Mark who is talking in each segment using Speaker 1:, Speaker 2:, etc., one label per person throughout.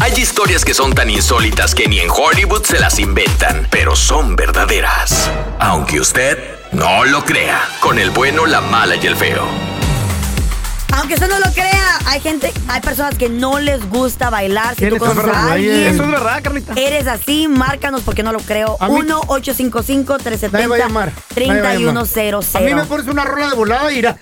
Speaker 1: Hay historias que son tan insólitas que ni en Hollywood se las inventan, pero son verdaderas. Aunque usted no lo crea, con el bueno, la mala y el feo.
Speaker 2: Aunque usted no lo crea, hay gente, hay personas que no les gusta bailar. Si
Speaker 3: ¿Quién
Speaker 2: tú
Speaker 3: es
Speaker 2: conoces
Speaker 3: Fernan
Speaker 2: a alguien,
Speaker 3: Reyes? Eso es verdad, Carlita.
Speaker 2: Eres así, márcanos porque no lo creo.
Speaker 3: A mí-
Speaker 2: 1-855-370-3100.
Speaker 3: Nadie va a llamar. Nadie va a llamar. A mí me pones una rola de volada y irá.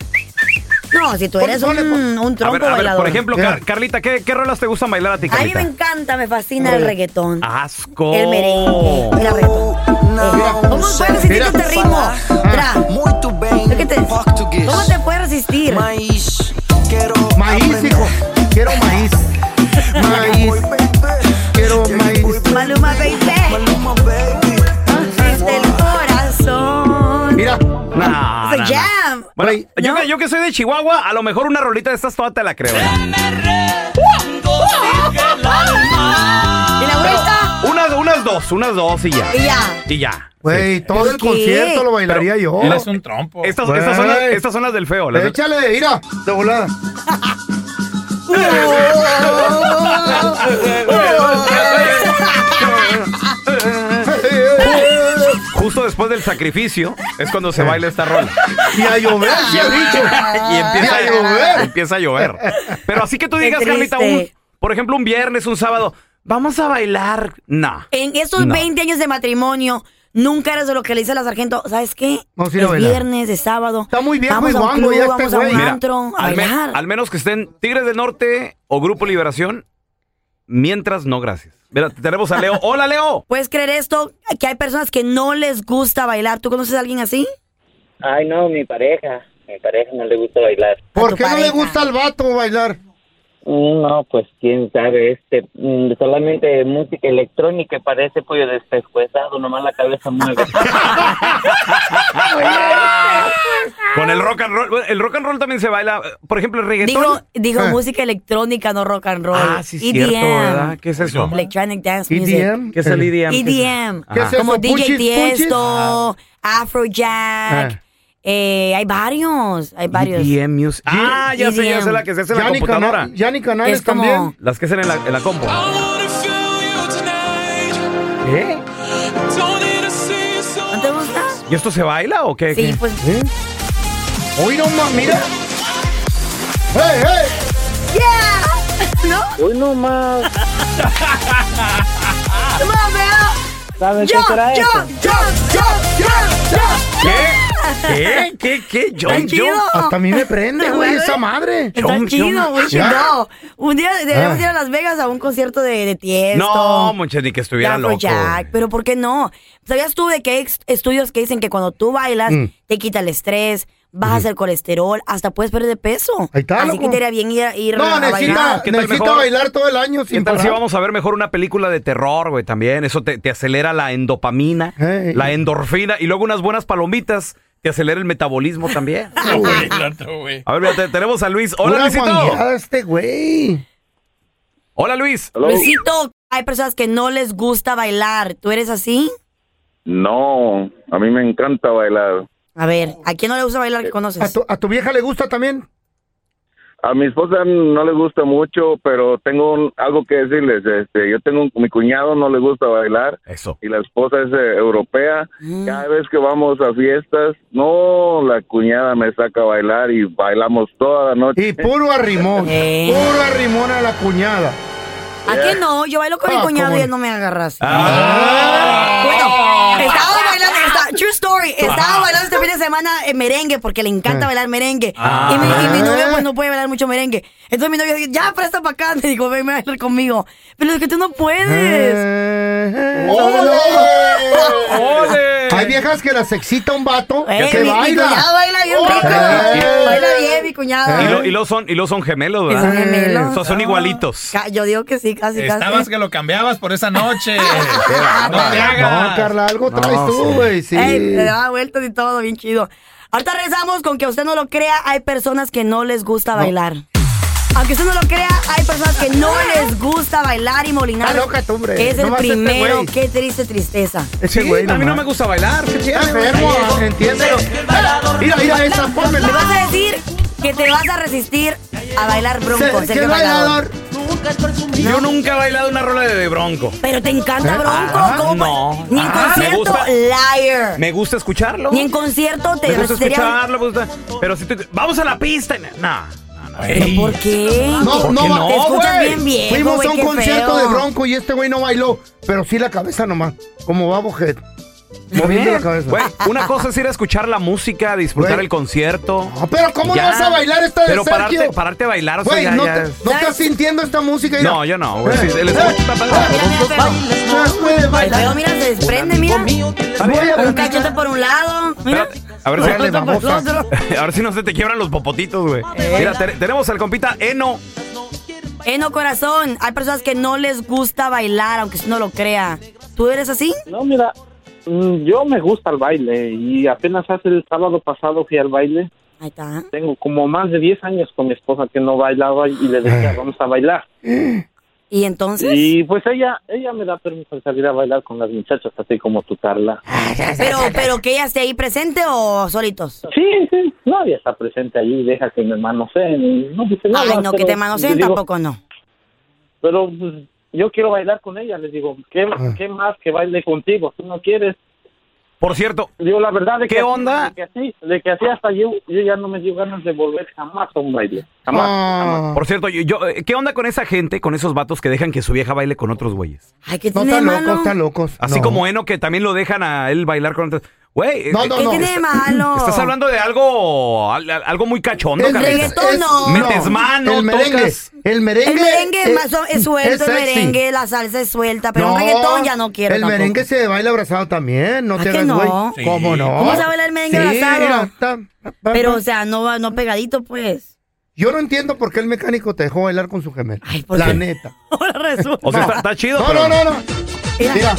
Speaker 2: No, si tú
Speaker 3: Pon-
Speaker 2: eres
Speaker 3: ponle,
Speaker 2: un,
Speaker 3: pon-
Speaker 2: un
Speaker 4: A
Speaker 2: tronco
Speaker 4: ver, a ver,
Speaker 2: bailador.
Speaker 4: por ejemplo,
Speaker 3: Mira.
Speaker 4: Car- Carlita, ¿qué, qué Ah. rolas te gustan bailar a ti,
Speaker 2: a mí
Speaker 4: Carlita?
Speaker 2: me encanta, me fascina el reggaetón.
Speaker 4: Asco.
Speaker 2: El
Speaker 4: Oh.
Speaker 2: merengue. Mira, reggaetón. Mira, ¿Cómo puedes resistir
Speaker 3: Mira.
Speaker 2: este ritmo? Mira, es que te- ¿Cómo te puedes resistir?
Speaker 5: Maíz, quiero
Speaker 3: Maíz, hijo. Quiero maíz. Maíz. Quiero maíz.
Speaker 2: Maluma, baby. Desde el corazón.
Speaker 3: Mira.
Speaker 4: No, no, no.
Speaker 2: Soy jam.
Speaker 4: Bueno,
Speaker 3: Güey,
Speaker 4: yo,
Speaker 2: Pues ¿no?
Speaker 4: que, yo que soy de Chihuahua, a lo mejor una rolita de estas toda te la creo. ¿eh?
Speaker 2: Y la vuelta.
Speaker 4: Unas, unas dos, unas dos y ya.
Speaker 2: Y ya.
Speaker 4: Y ya.
Speaker 3: Güey, todo el
Speaker 2: ¿Qué?
Speaker 3: concierto lo bailaría yo.
Speaker 6: Él es un trompo.
Speaker 4: Estas, estas son las,
Speaker 3: Güey.
Speaker 4: estas son las del feo. las del-
Speaker 3: Échale, mira. De volada.
Speaker 4: Justo después del sacrificio es cuando se baila esta rola.
Speaker 3: Y a llover, se ha dicho.
Speaker 4: Y empieza
Speaker 3: Y a llover.
Speaker 4: Empieza a llover. Pero así que tú digas, Carlita, un,
Speaker 2: triste.
Speaker 4: por ejemplo, un viernes, un sábado, vamos a bailar. No.
Speaker 2: En esos
Speaker 4: No.
Speaker 2: 20 años de matrimonio, nunca eres de lo que le dice la sargento. ¿Sabes qué?
Speaker 3: Vamos a ir a
Speaker 2: es
Speaker 3: bailar.
Speaker 2: viernes, es sábado.
Speaker 3: Está muy viejo
Speaker 2: Vamos
Speaker 3: y
Speaker 2: a un
Speaker 3: guango
Speaker 2: club,
Speaker 3: ya este
Speaker 2: vamos a
Speaker 3: güey.
Speaker 2: un
Speaker 3: Mira,
Speaker 2: antro, a
Speaker 4: al, me-
Speaker 2: bailar.
Speaker 4: al menos que estén Tigres del Norte o Grupo Liberación, mientras no, gracias. Mira, tenemos a Leo. ¡Hola, Leo!
Speaker 2: ¿Puedes creer esto? Que hay personas que no les gusta bailar. ¿Tú conoces a alguien así?
Speaker 7: Ay, no, mi pareja. Mi pareja no le gusta bailar.
Speaker 3: ¿Por
Speaker 2: tu
Speaker 3: qué no le
Speaker 2: pareja.
Speaker 3: gusta al vato bailar?
Speaker 7: Mm, No, pues quién sabe, este, mm, solamente música electrónica parece pollo despescuezado, nomás la cabeza mueve.
Speaker 4: Con el rock and roll. Bueno, El rock and roll también se baila. Por ejemplo, el reggaetón.
Speaker 2: Digo, E digo
Speaker 3: Eh.
Speaker 2: música electrónica, no rock and roll.
Speaker 4: ah, sí,
Speaker 2: EDM.
Speaker 4: cierto, ¿verdad? ¿Qué es eso?
Speaker 2: Electronic Dance Music.
Speaker 3: EDM.
Speaker 4: ¿Qué es el E IDM?
Speaker 2: E EDM.
Speaker 3: E ¿Qué es eso? Ah.
Speaker 2: Como DJ
Speaker 3: ¿Punchis, punchis?
Speaker 2: Tiesto,
Speaker 3: Ah.
Speaker 2: Afrojack. eh, hay varios, hay
Speaker 3: E
Speaker 2: varios. E
Speaker 4: EDM E Music. Ah, ya sé, ya sé
Speaker 2: EDM.
Speaker 4: la que se hace en la
Speaker 3: Yanni
Speaker 4: computadora.
Speaker 3: Cana- Yanni
Speaker 2: Que
Speaker 3: Canales
Speaker 2: es como-
Speaker 3: también.
Speaker 4: Las que hacen en la, en la compu.
Speaker 3: ¿Eh?
Speaker 2: ¿No te gusta?
Speaker 4: ¿Y esto se baila o qué?
Speaker 2: Sí,
Speaker 4: ¿Qué?
Speaker 2: pues.
Speaker 3: ¿Eh? Hoy no más, mira. ¡Hey, hey!
Speaker 2: ¡Yeah! ¿No?
Speaker 7: Uy, no más.
Speaker 2: ¡No me veo!
Speaker 7: ¿Sabes
Speaker 2: ¡Yo,
Speaker 7: qué será
Speaker 2: yo,
Speaker 7: eso?
Speaker 2: yo, yo, yo, yo!
Speaker 4: ¿Qué? ¿Qué? ¿Qué? ¿Yo?
Speaker 2: Está
Speaker 4: ¿Yo?
Speaker 2: chido.
Speaker 3: Hasta a mí me prende, güey, esa madre.
Speaker 2: Está
Speaker 4: Yo-
Speaker 2: chido,
Speaker 4: yo-
Speaker 2: güey.
Speaker 3: Ya.
Speaker 2: No. Un día deberíamos
Speaker 3: Ah.
Speaker 2: ir a Las Vegas a un concierto de, de Tiesto.
Speaker 4: No, muchachos, ni que
Speaker 2: de
Speaker 4: estuviera loco.
Speaker 2: Afrojack. Pero ¿por qué no? ¿Sabías tú de que hay ex- estudios que dicen que cuando tú bailas
Speaker 3: Mm.
Speaker 2: te quita el estrés, bajas el colesterol, hasta puedes perder peso?
Speaker 3: Ahí está,
Speaker 2: Así
Speaker 3: loco.
Speaker 2: que te haría bien ir, a- ir
Speaker 3: No,
Speaker 2: a
Speaker 3: necesita,
Speaker 2: bailar.
Speaker 4: ¿Qué tal
Speaker 3: necesita
Speaker 4: mejor?
Speaker 3: bailar todo el año
Speaker 4: ¿Qué
Speaker 3: sin
Speaker 4: tal si
Speaker 3: parar.
Speaker 4: vamos a ver mejor una película de terror, güey? También eso te, te acelera la endopamina,
Speaker 3: Hey.
Speaker 4: la endorfina y luego unas buenas palomitas te acelera el metabolismo también.
Speaker 6: No, güey, el otro, güey.
Speaker 4: A ver, mira, te- tenemos a Luis. Hola,
Speaker 3: Una
Speaker 4: Luisito.
Speaker 3: guangueada este güey.
Speaker 4: Hola, Luis.
Speaker 8: Hello.
Speaker 2: Luisito, hay personas que no les gusta bailar. ¿Tú eres así?
Speaker 8: No, a mí me encanta bailar.
Speaker 2: A ver, ¿a quién no le gusta bailar que
Speaker 3: ¿A
Speaker 2: conoces?
Speaker 3: tu, a tu vieja le gusta también?
Speaker 8: A mi esposa no le gusta mucho, pero tengo un- algo que decirles. Este, yo tengo un- mi cuñado no le gusta bailar
Speaker 4: Eso.
Speaker 8: y la esposa es eh, europea.
Speaker 3: Mm.
Speaker 8: Cada vez que vamos a fiestas, no, la cuñada me saca a bailar y bailamos toda la noche.
Speaker 3: Y puro arrimón.
Speaker 2: Eh.
Speaker 3: Puro arrimón a la cuñada.
Speaker 2: ¿A qué no? Yo bailo con mi
Speaker 3: Ah,
Speaker 2: cuñado
Speaker 3: cómo
Speaker 2: y
Speaker 3: no.
Speaker 2: él no me agarra así.
Speaker 4: Ah.
Speaker 6: Oh.
Speaker 2: Bueno, estaba bailando, está- true story, estaba bailando este fin de semana en merengue porque le encanta bailar merengue.
Speaker 6: Ah.
Speaker 2: Y, mi, y mi novio pues no puede bailar mucho merengue. Entonces mi novio dice, ya presta para acá, me dijo, ven a bailar conmigo. Pero es que tú no puedes.
Speaker 3: Eh,
Speaker 4: ¡Ole!
Speaker 3: Hay viejas que las excita un vato
Speaker 2: Eh,
Speaker 3: que
Speaker 2: mi, mi cuñado
Speaker 3: baila.
Speaker 2: baila bien rico.
Speaker 3: Eh.
Speaker 2: Baila bien mi cuñado.
Speaker 4: Y, lo- y los son, y los son gemelos,
Speaker 2: Que
Speaker 4: ¿verdad?
Speaker 2: son gemelos.
Speaker 4: O sea, son igualitos.
Speaker 2: Ca- Yo digo que sí, casi,
Speaker 6: Estabas
Speaker 2: casi.
Speaker 6: que lo cambiabas por esa noche.
Speaker 2: Ah,
Speaker 6: no te hagas.
Speaker 3: No, Carla, algo traes tú, güey. Sí.
Speaker 2: Ey, Eh, le daba vueltas y todo, bien chido. Ahorita rezamos con que usted no lo crea, hay personas que no les gusta bailar. Aunque usted no lo crea, hay personas que no les gusta bailar y molinar.
Speaker 3: Está loca tú, hombre.
Speaker 2: Es el
Speaker 3: Nomás este
Speaker 2: primero.
Speaker 3: güey.
Speaker 2: Qué triste tristeza.
Speaker 3: Ese güey
Speaker 4: a mí no
Speaker 3: nomás.
Speaker 4: me gusta bailar. ¿Qué
Speaker 3: Está
Speaker 4: tiene, güey?
Speaker 3: enfermo, entiéndelo. Mira, mira, esa,
Speaker 2: Me
Speaker 3: pónmela.
Speaker 2: vas a decir que te vas a resistir a bailar bronco,
Speaker 3: Se-
Speaker 2: Sergio
Speaker 3: que
Speaker 2: Bailador.
Speaker 3: bailador.
Speaker 4: Yo nunca he bailado una rola de, de Bronco.
Speaker 2: Pero te encanta Bronco.
Speaker 4: Ah,
Speaker 2: ¿Cómo?
Speaker 4: no.
Speaker 2: Ni en
Speaker 4: Ah, me
Speaker 2: concierto,
Speaker 4: gusta.
Speaker 2: liar.
Speaker 4: Me gusta escucharlo.
Speaker 2: Ni en concierto te
Speaker 4: Me gusta
Speaker 2: sería-
Speaker 4: escucharlo, me gusta. Pero si tú. Vamos a la pista. Nah.
Speaker 2: ¿Pero por
Speaker 4: ¿Eh?
Speaker 2: qué?
Speaker 3: No,
Speaker 4: ¿Por
Speaker 3: no,
Speaker 4: qué
Speaker 3: no,
Speaker 4: no,
Speaker 2: Te escuchas
Speaker 3: güey.
Speaker 2: bien viejo,
Speaker 3: Fuimos
Speaker 2: güey,
Speaker 3: a un
Speaker 2: qué
Speaker 3: concierto
Speaker 2: feo.
Speaker 3: de Bronco y este güey no bailó, pero sí la cabeza nomás, como va Bojet, moviendo la cabeza.
Speaker 4: Güey, una cosa es ir a escuchar la música, disfrutar
Speaker 3: Güey.
Speaker 4: el concierto.
Speaker 3: No, Ah, pero ¿cómo
Speaker 4: Ya.
Speaker 3: no vas a bailar esta de
Speaker 4: Pero
Speaker 3: Sergio?
Speaker 4: pararte, pararte a bailar, o sea,
Speaker 3: Güey,
Speaker 4: ya,
Speaker 3: no,
Speaker 4: ya
Speaker 3: te-
Speaker 4: es-
Speaker 3: no estás sintiendo esta música. mira.
Speaker 4: No, yo no, güey.
Speaker 3: Eh,
Speaker 4: Sí, el
Speaker 3: eh,
Speaker 4: escucho está padre.
Speaker 2: Mira, mira, mira.
Speaker 3: Ya puede
Speaker 2: El feo,
Speaker 3: bailar.
Speaker 2: mira, se desprende, mira.
Speaker 4: Está bien.
Speaker 3: Voy a-
Speaker 2: Un cachete por un lado. Mira.
Speaker 4: Espérate, a ver si-
Speaker 2: Otro por el otro.
Speaker 4: A ver si no se te quiebran los popotitos, güey. Mira, te- tenemos al compita Eno.
Speaker 2: Eno corazón, hay personas que no les gusta bailar, aunque usted no lo crea. ¿Tú eres así?
Speaker 7: No, mira, mm, yo me gusta el baile y apenas hace el sábado pasado fui al baile.
Speaker 2: Ahí está.
Speaker 7: Tengo como más de 10 años con mi esposa que no bailaba y le decía, vamos a bailar.
Speaker 2: ¿Y entonces?
Speaker 7: Y pues ella ella me da permiso de salir a bailar con las muchachas, así como tu Carla.
Speaker 2: Pero, pero que ella esté ahí presente o solitos.
Speaker 7: Sí, sí, nadie está presente allí, deja que me manoseen. No dice nada.
Speaker 2: Ay, no, que
Speaker 7: pero
Speaker 2: te manoseen
Speaker 7: digo,
Speaker 2: tampoco, no.
Speaker 7: Pero pues, yo quiero bailar con ella, les digo, ¿qué, ¿qué más que baile contigo? Tú no quieres.
Speaker 4: Por cierto,
Speaker 7: Digo, la verdad de que
Speaker 4: ¿Qué
Speaker 7: así-
Speaker 4: onda?
Speaker 7: De que, así, de que así hasta yo, yo ya no me dio ganas de volver jamás a un baile. Jamás. jamás.
Speaker 3: Ah,
Speaker 4: por cierto, yo, yo- eh, ¿qué onda con esa gente, con esos vatos que dejan que su vieja baile con otros güeyes?
Speaker 2: Ay, que
Speaker 3: No
Speaker 2: tiene de
Speaker 3: están locos,
Speaker 2: malo.
Speaker 3: están locos.
Speaker 4: Así
Speaker 3: No.
Speaker 4: como Eno que también lo dejan a él bailar con otros. Güey, eh,
Speaker 3: No, no,
Speaker 2: ¿Qué
Speaker 3: no.
Speaker 2: tiene de malo?
Speaker 4: estás hablando de algo, al- al- algo muy cachondo,
Speaker 3: Es-
Speaker 4: Carlita.
Speaker 2: reggaetón, no.
Speaker 4: Metes mano,
Speaker 3: el merengue,
Speaker 4: tocas.
Speaker 3: El merengue.
Speaker 2: El merengue es,
Speaker 3: eh,
Speaker 2: más so- es suelto, el
Speaker 3: sexy.
Speaker 2: merengue, la salsa es suelta, pero
Speaker 3: No,
Speaker 2: un reggaetón ya no quiero
Speaker 3: El
Speaker 2: tampoco.
Speaker 3: merengue se baila abrazado también, no
Speaker 2: ¿Ah,
Speaker 3: te
Speaker 2: que
Speaker 3: hagas
Speaker 2: no?
Speaker 3: güey.
Speaker 2: Sí.
Speaker 3: ¿Cómo no?
Speaker 2: ¿Cómo se baila el merengue abrazado?
Speaker 3: mira, ta, pa, pa,
Speaker 2: Pero,
Speaker 3: pa.
Speaker 2: o sea, no, va- no pegadito, pues.
Speaker 3: Yo no entiendo por qué el mecánico te dejó bailar con su gemelo.
Speaker 2: Ay, ¿por
Speaker 3: La
Speaker 2: qué?
Speaker 3: neta.
Speaker 2: Ahora resulta.
Speaker 4: O sea,
Speaker 3: No.
Speaker 4: está, está chido,
Speaker 3: No,
Speaker 4: pero- Eh,
Speaker 3: no, no, no.
Speaker 2: Mira.
Speaker 3: Mira.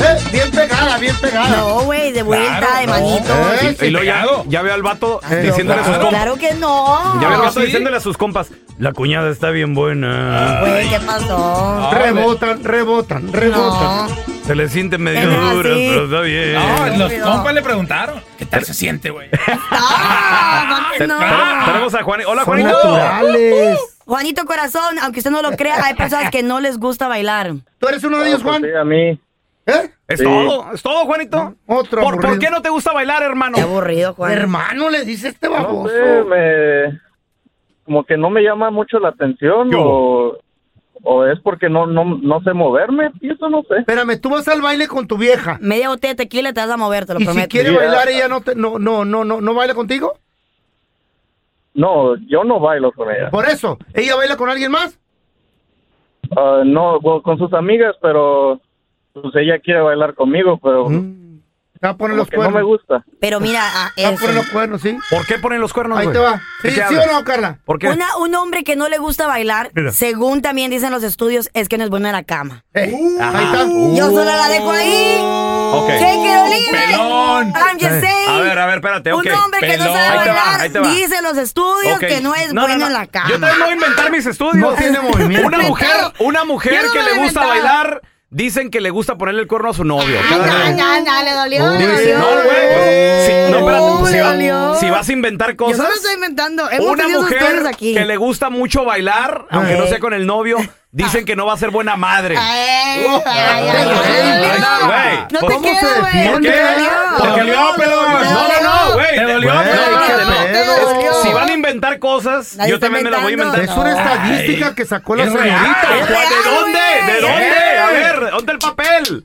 Speaker 3: Eh, bien pegada, bien pegada.
Speaker 2: No, güey, de vuelta,
Speaker 6: Claro,
Speaker 2: de
Speaker 6: no.
Speaker 2: manito.
Speaker 3: Eh,
Speaker 4: Y, y luego ya, ya veo al vato
Speaker 3: Claro,
Speaker 4: diciéndole a sus
Speaker 3: claro.
Speaker 4: compas.
Speaker 2: Claro que no.
Speaker 4: Ya veo al
Speaker 6: Ah,
Speaker 4: vato
Speaker 6: ¿sí?
Speaker 4: diciéndole a sus compas. La cuñada está bien buena.
Speaker 2: Güey, ¿qué pasó?
Speaker 3: Rebotan, rebotan,
Speaker 2: No.
Speaker 3: rebotan.
Speaker 4: Se le siente medio
Speaker 2: Pero así.
Speaker 4: dura, pero está bien.
Speaker 6: Ah, No, los
Speaker 2: Estúpido.
Speaker 6: compas le preguntaron. ¿Qué tal se siente, güey?
Speaker 2: Ah, ¿por qué no?
Speaker 4: Tenemos- Tenemos a Juan. Hola,
Speaker 3: Son
Speaker 4: Juanito.
Speaker 3: naturales.
Speaker 2: Juanito Corazón, aunque usted no lo crea, hay personas que no les gusta bailar.
Speaker 3: ¿Tú eres uno de ellos, Juan?
Speaker 7: pues, Sí, a mí.
Speaker 3: ¿Eh?
Speaker 4: Es todo, es todo, Juanito.
Speaker 3: Otro
Speaker 4: ¿Por,
Speaker 3: aburrido.
Speaker 4: ¿Por qué no te gusta bailar, hermano?
Speaker 2: Qué aburrido, Juan.
Speaker 3: Hermano, le dice este
Speaker 7: No
Speaker 3: baboso.
Speaker 7: sé, me, como que no me llama mucho la atención
Speaker 4: ¿Qué
Speaker 7: o, o es porque no, no, no sé moverme, pienso, no sé.
Speaker 3: Espérame, tú vas al baile con tu vieja.
Speaker 2: Media botella de tequila te vas a mover, te lo
Speaker 3: Y si
Speaker 2: prometo.
Speaker 3: quiere
Speaker 7: Ya.
Speaker 3: bailar, ella no, te, no, no, no, no, no baila contigo.
Speaker 7: No, yo no bailo con ella.
Speaker 3: Por eso, ella baila con alguien más.
Speaker 7: Ah, no, con, con sus amigas, pero pues ella quiere bailar conmigo, pero
Speaker 3: Mm. Te va a poner
Speaker 7: como
Speaker 3: los
Speaker 7: que no me
Speaker 3: cuernos.
Speaker 7: gusta.
Speaker 2: Pero mira, ah,
Speaker 3: Te va a
Speaker 2: eso.
Speaker 3: poner los cuernos, sí.
Speaker 4: ¿Por qué ponen los cuernos,
Speaker 3: Ahí
Speaker 4: güey?
Speaker 3: te va.
Speaker 4: ¿De
Speaker 3: ¿Sí,
Speaker 4: qué
Speaker 3: sí o
Speaker 4: hablas?
Speaker 3: no, Carla?
Speaker 4: ¿Por qué?
Speaker 2: Una- un hombre que no le gusta bailar,
Speaker 4: Mira.
Speaker 2: según también dicen los estudios, es que no es bueno en la cama.
Speaker 3: Eh, ahí está.
Speaker 2: Yo solo la dejo ahí.
Speaker 4: Ok.
Speaker 2: Take it or leave it.
Speaker 6: Pelón.
Speaker 2: I'm just saying.
Speaker 4: A ver, a ver, espérate, ok.
Speaker 2: Un hombre que no
Speaker 6: Pelón.
Speaker 2: sabe
Speaker 6: Ahí te
Speaker 4: va,
Speaker 2: bailar,
Speaker 4: ahí te va.
Speaker 2: dicen los estudios
Speaker 4: Ok.
Speaker 2: que no es
Speaker 4: No, no,
Speaker 2: bueno
Speaker 4: no.
Speaker 2: en la cama.
Speaker 4: Yo también voy a inventar mis estudios.
Speaker 3: No tiene movimiento.
Speaker 4: Una mujer, una
Speaker 2: Yo
Speaker 4: mujer
Speaker 2: no
Speaker 4: que
Speaker 2: me
Speaker 4: le
Speaker 2: lo
Speaker 4: gusta
Speaker 2: inventaba.
Speaker 4: bailar, dicen que le gusta ponerle el cuerno a su novio. Cada-
Speaker 2: Ay, ya, ya, ya, le dolió, le
Speaker 3: Uy,
Speaker 2: dolió.
Speaker 4: No, güey. pues, si- no, espérate,
Speaker 2: Uy,
Speaker 4: pues, si, va-
Speaker 2: dolió.
Speaker 4: si vas a inventar
Speaker 2: Yo no
Speaker 4: cosas.
Speaker 2: lo estoy inventando. Hemos
Speaker 4: una
Speaker 2: tenido esos
Speaker 4: mujer
Speaker 2: estudios aquí.
Speaker 4: que le gusta mucho bailar, aunque no sea con el novio, dicen que no va a ser buena madre.
Speaker 2: Ay,
Speaker 4: Oh,
Speaker 2: ay, ay,
Speaker 3: Pero,
Speaker 2: ay,
Speaker 3: güey,
Speaker 2: ay,
Speaker 4: güey,
Speaker 2: No te
Speaker 4: ¿cómo
Speaker 2: quedas,
Speaker 3: se-
Speaker 2: güey.
Speaker 4: ¿Por
Speaker 3: ¿Dónde
Speaker 4: qué?
Speaker 3: dolió?
Speaker 4: ¿Por qué?
Speaker 6: Te dolió, pelón.
Speaker 2: Te
Speaker 4: No, no, no, güey.
Speaker 6: Te dolió,
Speaker 4: No, no,
Speaker 3: pelón.
Speaker 4: no,
Speaker 3: Te
Speaker 4: no.
Speaker 2: dolió.
Speaker 4: Si van a inventar cosas,
Speaker 2: Nadie
Speaker 4: yo
Speaker 2: está
Speaker 4: también me las voy a
Speaker 2: inventando.
Speaker 4: inventar.
Speaker 3: Es una estadística que sacó la
Speaker 6: Es real.
Speaker 3: señorita.
Speaker 2: Es real,
Speaker 4: ¿De dónde?
Speaker 2: güey.
Speaker 4: ¿De dónde? A ver, ¿dónde el papel?